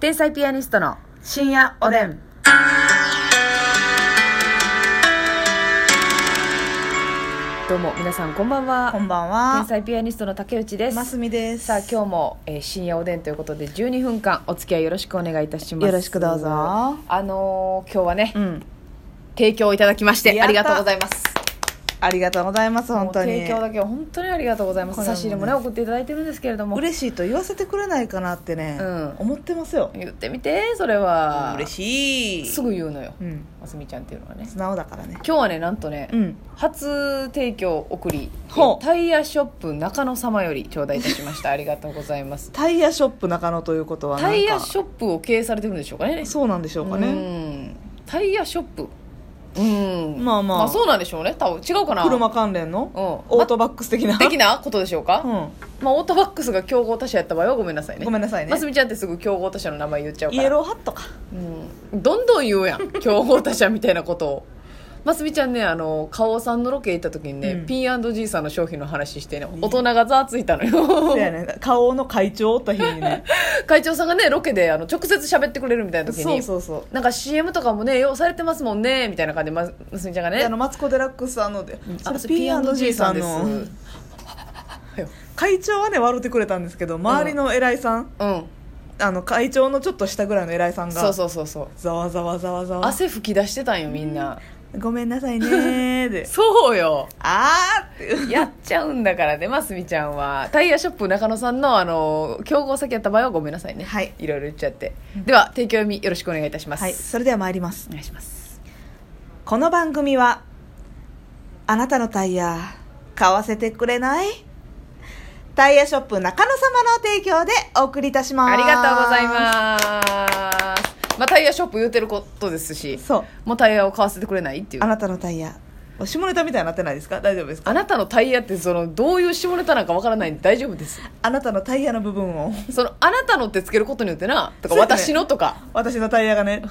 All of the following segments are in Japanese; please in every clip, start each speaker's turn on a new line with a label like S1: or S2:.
S1: 天才ピアニストの
S2: 深夜おでん。
S1: どうも皆さんこんばん
S2: こ
S1: は
S2: んばん
S1: 天
S2: は。
S1: 才ピアニストの竹内です、
S2: ますみです。
S1: さあ今日も、えー深夜おでんということで12分間お付き合いよろしくお願いいたします
S2: よろしくどうぞ
S1: あのー今日はね、
S2: うん。
S1: 提供いただきまして
S2: やった
S1: ありがとうございます
S2: ありがとうございます、本当
S1: もう
S2: に。
S1: 提供だけは本当にありがとうございます、
S2: これも
S1: 差
S2: ね
S1: し入れもね送っていただいてるんですけれども
S2: 嬉しいと言わせてくれないかなってね、
S1: うん
S2: 思ってますよ。
S1: 言ってみてそれは
S2: 嬉しい。
S1: すぐ言うのよ
S2: うん。
S1: ますみちゃんっていうのはね
S2: 素直だからね。
S1: 今日はねなんとね、
S2: うん。
S1: 初提供送り
S2: ほう
S1: タイヤショップ中野様より頂戴いたしました ありがとうございます
S2: タイヤショップ中野ということはなんか
S1: タイヤショップを経営されてるんでしょうかね
S2: そうなんでしょうか
S1: う
S2: ね。
S1: んタイヤショップうん
S2: まあまあ
S1: そうなんでしょうね多分違うかな
S2: 車関連の、
S1: うん
S2: オートバックス的な。
S1: 的なことでしょうか、
S2: うん。
S1: まあ、オートバックスが競合他社やった場合はごめんなさいね
S2: ごめんなさいね
S1: ま。すみちゃんってすぐ競合他社の名前言っちゃうか
S2: イ
S1: ら
S2: エローハットか。
S1: うん、どんどん言うやん 競合他社みたいなことをますみちゃんねあの花王さんのロケ行った時にね、
S2: うん
S1: P&G さんの商品の話してね大人がざわついたのよ
S2: そうやね。顔の会長おった日にね。
S1: 会長さんがねロケであの直接喋ってくれるみたいな時に
S2: そうそうそう。
S1: なんか CM とかもねようされてますもんねみたいな感じでまますみちゃんがね
S2: あのマツコ・デラックスさんので、それ
S1: それ
S2: P&G さん
S1: さん
S2: の
S1: です
S2: 会長はね笑ってくれたんですけど周りの偉いさん、
S1: うん
S2: あの会長のちょっと下ぐらいの偉いさんが
S1: そうそうそうそう
S2: ざわざわざわざわ
S1: 汗吹き出してたんよみんな、
S2: ごめんなさいねーで
S1: そうよ
S2: あーっ て
S1: やっちゃうんだからね、ますみちゃんは。タイヤショップ中野さんの、あの、競合先やった場合はごめんなさいね。
S2: はい
S1: いろいろ言っちゃって。では、提供読みよろしくお願いいたします。
S2: はいそれでは参ります
S1: お願いします。
S2: この番組はあなたのタイヤ買わせてくれないタイヤショップ中野様の提供でお送りいたします
S1: ありがとうございます。まあ、タイヤショップ言うてることですし、
S2: そう
S1: もうタイヤを買わせてくれないっていう。
S2: あ
S1: あ
S2: なたのタイヤ下ネタみたいになってないですか大丈夫ですか
S1: なたのタイヤって、その、どういう下ネタなんかわからないんで大丈夫です。
S2: あなたのタイヤの部分を
S1: その、あなたのってつけることによってな、とか、
S2: そうね
S1: 私のとか、
S2: 私のタイヤがね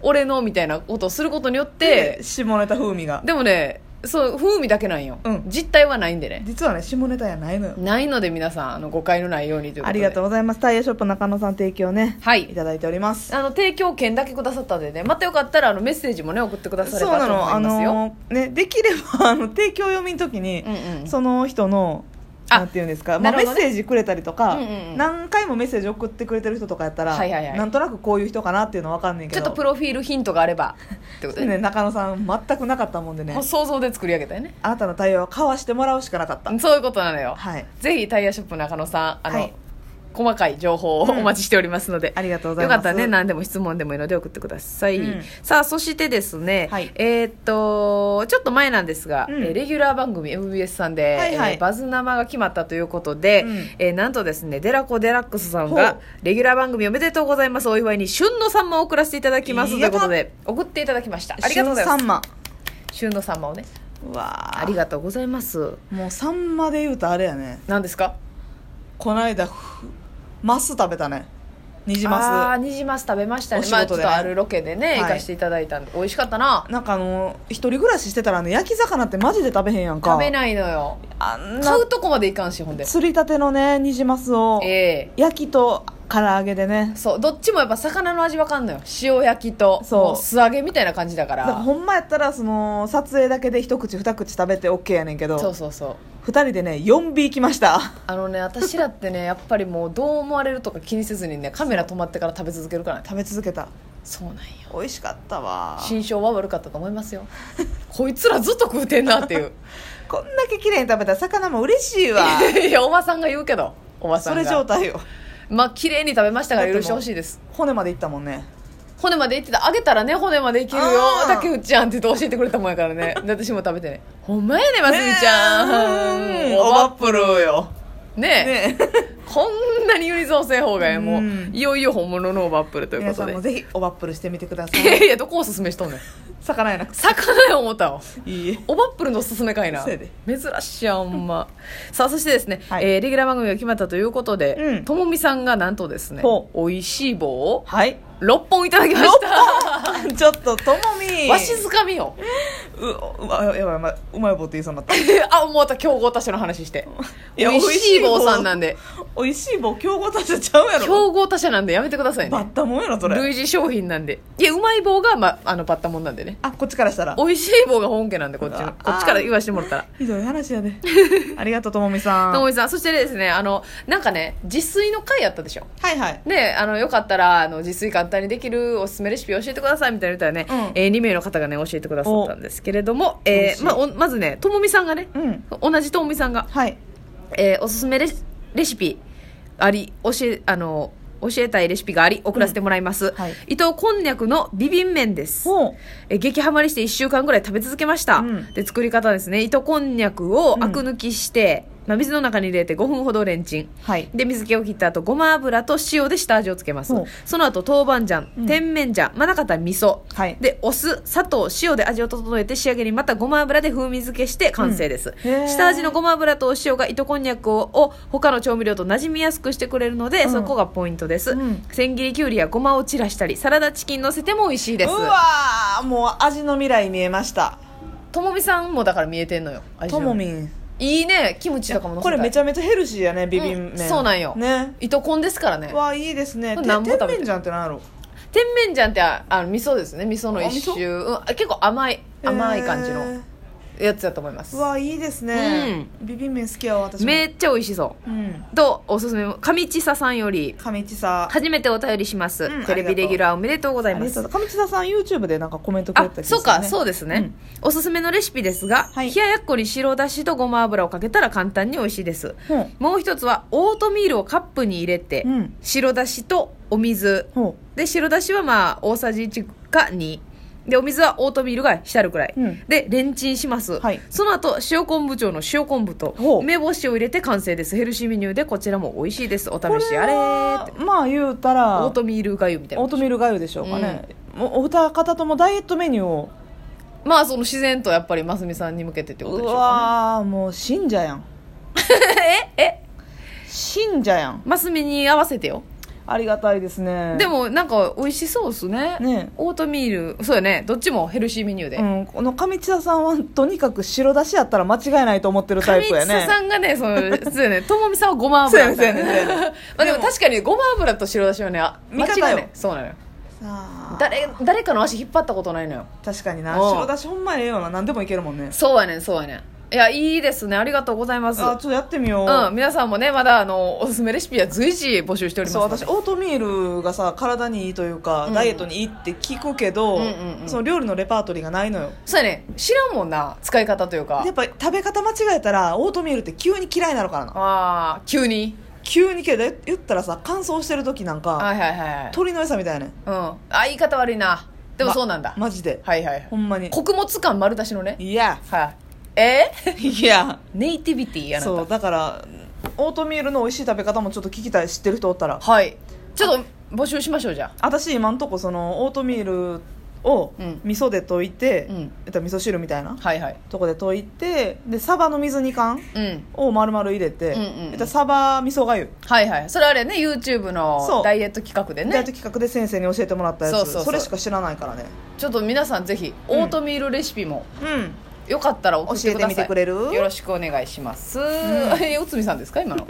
S1: 俺のみたいなことをすることによって
S2: で、下ネタ風味が
S1: でもね、そう、風味だけなんよ。
S2: うん
S1: 実態はないんでね。
S2: 実はね下ネタやないのよ
S1: ないので皆さんあの誤解のないようにということで
S2: ありがとうございますタイヤショップ中野さん提供ね
S1: はいい
S2: ただいております
S1: あの提供券だけくださったんでねまたよかったらあのメッセージもね送ってくだされ
S2: そう
S1: ばと
S2: な
S1: 思
S2: のあ
S1: いますよ、
S2: のねできれば あの提供読みの時に、
S1: うんうん
S2: その人の
S1: あ
S2: なんていうんですか、
S1: な
S2: まあ、
S1: るほど
S2: メ
S1: ね
S2: ッセージくれたりと
S1: う
S2: か、
S1: んうんうん
S2: 何回もメッセージ送ってくれてる人とかやったら、
S1: はいはいはい
S2: なんとなくこういう人かなっていうのは分かんないけ
S1: ちょ
S2: ど
S1: っとプロフィールヒントがあればってことで、
S2: ね、中野さん全くなかったもんでね
S1: もう想像で作り上げたよね
S2: あなたのタイヤを買わしてもらうしかなかった、
S1: そういうことなのよ、
S2: はい
S1: ぜひタイヤショップ中野さんあの、
S2: はい
S1: 細かい情報をお待ちしておりますので、
S2: ありがとうござい
S1: よ
S2: ます
S1: かったらね何でも質問でもいいので送ってください、
S2: うん
S1: さあそしてですね、
S2: はい
S1: えーっとちょっと前なんですが、
S2: うん
S1: えーレギュラー番組 MBS さんで、
S2: はいはい
S1: えーバズ生が決まったということで、
S2: うん
S1: えーなんとですねデラコ・デラックスさん
S2: ほ
S1: が
S2: う
S1: レギュラー番組おめでとうございますお祝いに旬のサンマを送らせていただきますとい
S2: や
S1: う
S2: った
S1: ことで送っていただきましたありがとうござい
S2: 旬
S1: ま
S2: さ
S1: す
S2: んま
S1: 旬のサンマをね
S2: うわー
S1: ありがとうございます
S2: もうサンマで言うとあれやね
S1: 何ですか
S2: この間ふマス食べたねニジ
S1: ああ
S2: マ
S1: ーニジマス食べましたね
S2: お仕
S1: まあちょ
S2: 事
S1: っ
S2: でね
S1: とあるロケでね、
S2: はい
S1: 行かせていただいたんで美味しかったな
S2: スなんかあの一人暮らししてたらね焼き魚ってマジで食べへんやんか
S1: 食べないのよ
S2: あんな
S1: 買うとこまでいかんしほんで
S2: 釣りたてのねニジマスを
S1: ええ
S2: 焼きと唐揚げでね
S1: そうどっちもやっぱ魚の味わかんのよ塩焼きと
S2: そう
S1: も素揚げみたいな感じだか
S2: だから
S1: ら
S2: ほんまやったらその撮影だけで一口二口食べて OK やねんけど
S1: そうそうそう
S2: 二人でね 4B 行きました
S1: あのね私らってねやっぱりもうどう思われるとか気にせずにねカメラ止まってから食べ続けるからね
S2: 食べ続けた
S1: そうなんよ
S2: 美味しかったわ
S1: 心象は悪かったと思いますよ こいつらずっと食うてんな っていう
S2: こんだけ綺麗に食べたら魚も嬉しいわ
S1: いやおば さんが言うけどおばさ
S2: そ
S1: んが
S2: れ状態よ
S1: まあ綺麗に食べましたから許してほしいです
S2: 骨までいったもんね
S1: 骨までいってたあげたらね骨までいけるよ
S2: あー
S1: 竹内ちゃんって言って教えてくれたもんやから ねで私も食べてねほんまやねますみちゃん、
S2: ねえ
S1: お
S2: おば
S1: ば
S2: っぷるよ
S1: ねえ
S2: ね
S1: こんなにユニゾンせん方がええもう、
S2: うん
S1: いよいよ本物のオバップルという
S2: 皆
S1: こと
S2: さん
S1: で
S2: もぜひオバップルしてみてくださ
S1: い や
S2: い
S1: いやどこをおすすめしとんねん
S2: 魚やなく
S1: 魚や思ったわ
S2: ていい
S1: オバップルのおすすめかいな
S2: そうやで
S1: 珍しいやんほんま さあそしてですね、
S2: はい
S1: えーレギュラー番組が決まったということで、
S2: うん
S1: ともみさんがなんとですね
S2: ほ
S1: おいしい棒を
S2: はい
S1: 6本いただきました
S2: ちょっとともみ
S1: わしづかみよ
S2: ううわやばいやばいうまい棒って言いそうになった
S1: あもうまた競合他社の話して
S2: いや
S1: 美味しい棒さんなんで
S2: 美味しい棒競合達しちゃうやろ
S1: 競合他社なんでやめてください
S2: バ
S1: ね
S2: ッタもんやろそれ
S1: 類似商品なんでいやうまい棒が、ま、あのバッタもんなんでね
S2: あこっちからしたら
S1: 美味しい棒が本家なんでこっち
S2: う
S1: の
S2: わ
S1: こっちから言わしてもらったら
S2: ひどい話やで ありがとうともみさん
S1: ともみさんそしてですねあのなんかね自炊の回やったでしょ
S2: はいはい
S1: であのよかったらあの自炊簡単にできるおすすめレシピ教えてくださいみたいな言ったらね、
S2: うん
S1: えー2名の方がね教えてくださったんですけれども、
S2: 美
S1: え
S2: 味し
S1: ー
S2: い
S1: まあ、おまずねともみさんがね、
S2: うん
S1: 同じともみさんが、
S2: はい
S1: えーおすすめレシレシピあり教えあの教えたいレシピがあり送らせてもらいます、
S2: んはい
S1: 伊藤こんにゃくのビビン麺です
S2: おう
S1: えー激ハマりして1週間ぐらい食べ続けました、
S2: うん
S1: で作り方ですね糸こんにゃくを
S2: うん
S1: アク抜きして、まあ、水の中に入れて5分ほどレンチン
S2: はい
S1: で水気を切った後ごま油と塩で下味をつけます
S2: ほう
S1: その後豆板醤、
S2: うん
S1: 甜麺醤まあなかったら味噌、
S2: はい
S1: でお酢砂糖塩で味を整えて仕上げにまたごま油で風味付けして完成です、
S2: うんへー
S1: 下味のごま油とお塩が糸こんにゃくをを他の調味料と馴染みやすくしてくれるので、
S2: うん
S1: そこがポイントです、
S2: うん
S1: 千切りきゅうりやごまを散らしたりサラダチキン乗せても美味しいです
S2: うわーもう味の未来見えました
S1: ともみさんもだから見えてんのよ味の
S2: ともみん
S1: いいねキムチとかも乗せ
S2: こ
S1: た
S2: れ
S1: い
S2: めち
S1: ゃ
S2: ゃめちゃヘルシーやねビビン麺、
S1: そうなんよ
S2: ね
S1: 糸こんですからね
S2: わあいいですね
S1: こ
S2: て
S1: れなんぼ食べて
S2: 甜麺醤ってなんやろ
S1: 甜麺醤ってああの味噌ですね味噌の一
S2: あ味
S1: 種、うん、あ結構甘い甘い感じのやつだと思います、
S2: うわあいいですね、ビビン麺好きやわ私も
S1: めっちゃ美味しそ
S2: うん
S1: うとおすすめも上千佐さんより
S2: 上地さん
S1: 初めてお便りします、
S2: うん
S1: テレビレギュラーおめでとうござい
S2: あ
S1: ま
S2: りが
S1: す
S2: とう上地さん YouTube でなんかコメントく
S1: あ
S2: れたり
S1: そうかそう
S2: う
S1: ですね、おすすめのレシピですが、
S2: はい
S1: 冷ややっこに白だしとごま油をかけたら簡単に美味しいです
S2: ほ
S1: もう一つはオートミールをカップに入れて、
S2: ううん
S1: 白だしとお水
S2: ほ
S1: で白だしはまあ大さじ1か2でお水はオートミールが浸るくらい、
S2: うん
S1: でレンチンします、
S2: はい
S1: その後塩昆布調の塩昆布と
S2: ほう
S1: 梅干しを入れて完成ですヘルシーメニューでこちらも美味しいですお
S2: う
S1: 試しあれーって
S2: こはまあ言うたら
S1: オートミールがゆみたい
S2: オ
S1: な
S2: ートミールがゆでしょうかね、もうお二方ともダイエットメニューを
S1: まあその自然とやっぱりますみさんに向けてってことで
S2: う
S1: しょうか
S2: わーもう信者やん
S1: ええ
S2: 信者やん
S1: ますみに合わせてよ
S2: ありがたいですね
S1: でもなんか美味しそうっすね
S2: ね
S1: オートミールそうよねどっちもヘルシーメニューで、
S2: うん、この上地田さんはとにかく白だしやったら間違いないと思ってるタ
S1: 上
S2: イプや
S1: 千
S2: ね
S1: さんがね、その、そうやね、ともみさんはごま油やったよ
S2: そうやねそうやねそうや
S1: まあでも確かにごま油と白だしはね、あ
S2: 味
S1: 間
S2: 方よ
S1: 違いない。そうなのよ。
S2: さあ
S1: 誰、誰かの足引っ張ったことないのよ。
S2: 確かにな
S1: うん
S2: 白だしほんまええよな何でもいけるもんね
S1: そうやねん、そうやねん。いや、いいですね。ありがとうございま
S2: あ
S1: す。
S2: ちょっとやってみよう、
S1: うん、皆さんもね、まだあの、おすすめレシピは随時募集しております
S2: そう
S1: ので。
S2: 私オートミールがさ体にいいというか、
S1: うん
S2: ダイエットにいいって聞くけど、
S1: うんうんうん
S2: その料理のレパートリーがないのよ
S1: そうやね。知らんもんな、使い方というか
S2: やっ。ぱ食べ方間違えたらオートミールって急に嫌いなのからな
S1: ああ、急に。
S2: 急に嫌いだ言ったらさ乾燥してる時なんか
S1: はいはいはい。
S2: 鳥の餌みたいやねん
S1: うん。あ、言い方悪いな。でもそうなんだ。
S2: マジで
S1: はいはい。
S2: ほんまに
S1: 穀物感丸出しのね。
S2: いや
S1: はい。え
S2: いや
S1: ネイティビティやなた
S2: そうだからオートミールの美味しい食べ方もちょっと聞きたい知ってる人おったら
S1: はいちょっと募集しましょうじゃ
S2: 私今んとこそのオートミールを
S1: うん
S2: 味噌で溶いて、
S1: うん
S2: えっと味噌汁みたいな
S1: あはいはい、
S2: とこで溶いてでサバの水煮缶
S1: うん、
S2: を丸々入れて、
S1: うんうんうん
S2: えっとサバ味噌がゆ
S1: はいはいそれあれね YouTube
S2: そ
S1: の
S2: う
S1: ダイエット企画で
S2: ダイエ
S1: ね
S2: ット企画で先生に教えてもらったやつ
S1: そうそうそう
S2: れしか知らないからね
S1: ちょっと皆さんぜひ
S2: うん
S1: オートミールレシピも、
S2: うん
S1: よかったら送ってください
S2: 教えてみてくれる
S1: よろしくお願いします、
S2: ん
S1: え内海さんですか今 の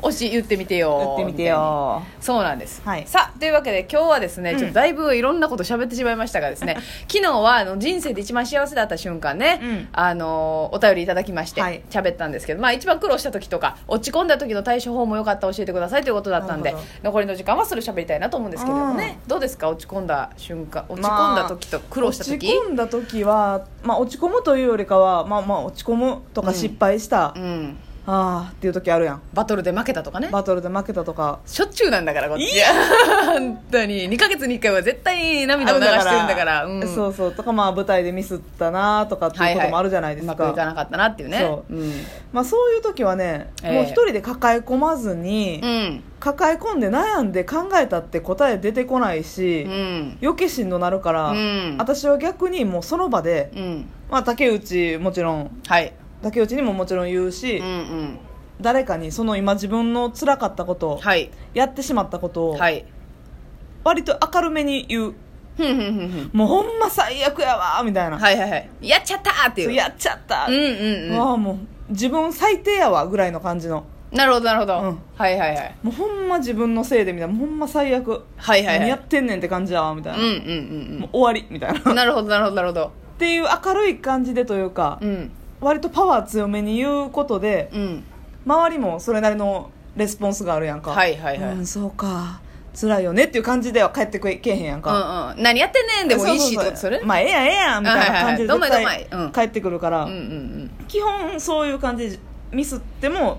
S1: 推し言ってみて
S2: や
S1: よ
S2: ってみて
S1: みたいに
S2: よ
S1: そうなんです、
S2: はい
S1: さあというわけで今日はですね、
S2: うん
S1: ちょっとだいぶいろんなこと喋ってしまいましたがですね 昨日はあの人生で一番幸せだった瞬間ね、
S2: うん
S1: あのお便りいただきまして
S2: はい
S1: 喋ったんですけど、まあ、一番苦労した時とか落ち込んだ時の対処法もよかったら教えてくださいということだったんで
S2: なるほ
S1: 残りの時間はそれ喋りたいなと思うんですけれどもね、どうですか落ち込んだ瞬間落ち込んだ時と苦労した時、
S2: 落ち込んだ時は、まあ、落ち込むというよりかは、まあ、まあ落ち込むと
S1: う
S2: か
S1: ん
S2: 失敗した、
S1: うん、
S2: ああっていう時あるやん
S1: バトルで負けたとかね
S2: バトルで負けたとか
S1: しょっちゅうなんだからこっち 本当に2か月に1回は絶対涙を流してるんだからうん
S2: そうそうとかまあ舞台でミスったなとかっていうこともあるじゃないですか、
S1: うまくいかなかったなっていうね、
S2: そう
S1: ん
S2: まあ、そういう時はね、
S1: ええ
S2: もう一人で抱え込まずに、
S1: うん
S2: 抱え込んで悩んで考えたって答え出てこないし、
S1: うん
S2: 余計しんどなるから、
S1: うん
S2: 私は逆にもうその場で、
S1: うん
S2: まあ、竹内もちろん
S1: はい
S2: 竹内にももちろん言うし、
S1: うんうん
S2: 誰かにその今自分の辛かったこと、
S1: はい
S2: やってしまったことを
S1: はい
S2: 割と明るめに言う
S1: ふんふんふんふん
S2: もうほんま最悪やわみたいな、
S1: はいはいはいやっちゃったーっていう
S2: そうやっちゃった、
S1: うんうんうん
S2: わあもう自分最低やわぐらいの感じの
S1: なるほどなるほど、
S2: うん
S1: はいはいはい
S2: もうほんま自分のせいでみたいなもうほんま最悪、
S1: はいはいはい
S2: 何やってんねんって感じやわみたい
S1: うん
S2: な、
S1: うん
S2: もう終わりみたい
S1: う
S2: な
S1: んう
S2: っ
S1: んなるほどなるほどなるほど
S2: ていう明るい感じでというか、
S1: うん
S2: 割とパワー強めに言うことで
S1: うん
S2: 周りもそれなりのレスポンスがあるやんか
S1: はいはいはい、
S2: う
S1: うん
S2: ん、そうか辛いよねっていう感じでは帰ってけけえへんやん
S1: う
S2: か、
S1: んうん、何やってんねんでもいいし
S2: そう
S1: と
S2: そうそう
S1: それ
S2: まあええやんええやんみたいな感じで
S1: はいはいはい
S2: 絶
S1: どんまいどんまいうん
S2: 対帰ってくるから、
S1: うんうん
S2: 基本そういう感じでミスっても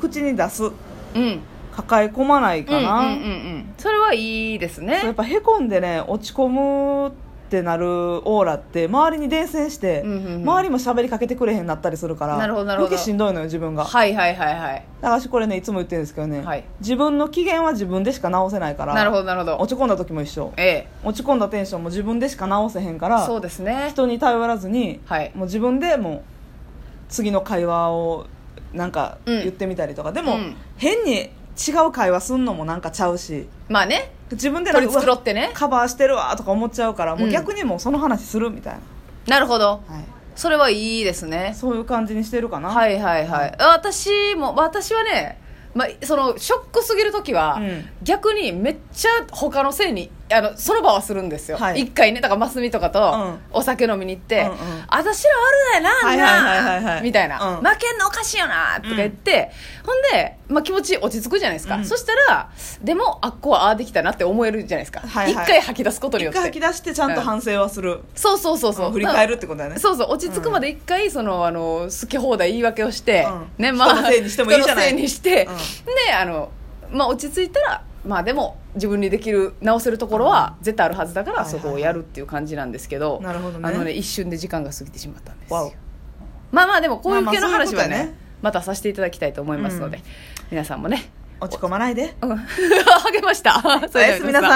S2: 口に出す
S1: うんうん
S2: 抱え込まないかな、
S1: うんうんうんうんそれはいいです
S2: そうやっ
S1: ね
S2: ぱへこんでね落ち込むってなるオーラって周りに伝染して、
S1: うんうんうん
S2: 周りも喋りかけてくれへんなったりするから
S1: なるほどなるほど
S2: 余計しんどいのよ自分が
S1: はいはいはいはい
S2: だから私これねいつも言ってるんですけどね、
S1: はい
S2: 自分の機嫌は自分でしか直せないから
S1: なるほどなるほど
S2: 落ち込んだ時も一緒
S1: ええ
S2: 落ち込んだテンションも自分でしか直せへんから
S1: そうですね
S2: 人に頼らずに、
S1: はい
S2: もう自分でもう次の会話をなんか
S1: うん
S2: 言ってみたりとか、でも、
S1: うん
S2: 変に違う会話すんのもなんかちゃうし
S1: まあね
S2: 自分でな
S1: 取
S2: ん
S1: り
S2: か
S1: 繕ってね
S2: カバーしてるわとか思っちゃうからもううん逆にもうその話するみたい
S1: なるほど
S2: な、はい、
S1: それはいいですね
S2: そういう感じにしてるかな、
S1: はいはいはい私も私はね、まあ、そのショックすぎる時は、
S2: うん
S1: 逆にめっちゃ他のせいにあのその場はするんですよ、
S2: はい
S1: 一回ねだからますみとかと
S2: う
S1: お酒飲みに行って「
S2: うんうん
S1: 私ら悪だよな
S2: はいは
S1: みん
S2: いはいはい
S1: な
S2: はい
S1: みたいな、
S2: うん
S1: 負けんのおかしいよな」とか言って、ほんで、まあ、気持ち落ち着くじゃないですか、
S2: うん
S1: そしたらでもあっこはああできたなって思えるじゃないですか、
S2: はいはい
S1: 一回吐き出すことに
S2: 一
S1: よって
S2: 回吐き出してちゃんと反省はする、
S1: そうそうそうそう
S2: 振り返るってことだね
S1: そうそう落ち着くまで一回その、あの好き放題言い訳をして、
S2: うん
S1: ね
S2: 人のせいにしてもいいじゃない
S1: 人のせいにして、
S2: うん
S1: であの、まあ、落ち着いたらまあでも自分にできる直せるところは絶対あるはずだから、
S2: はいはい
S1: そ
S2: は
S1: こ
S2: い
S1: をやるっていう感じなんですけど、
S2: なるほどね
S1: あのね一瞬で時間が過ぎてしまったんですよ
S2: わお
S1: まあまあでもこういう系の
S2: まあまあそう
S1: 話
S2: いうこと
S1: は
S2: やね
S1: ね,、またさせていただきたいと思いますので、皆さんもね、
S2: 落ち込まないで
S1: うん励ましたそれでは皆
S2: おやすみなさい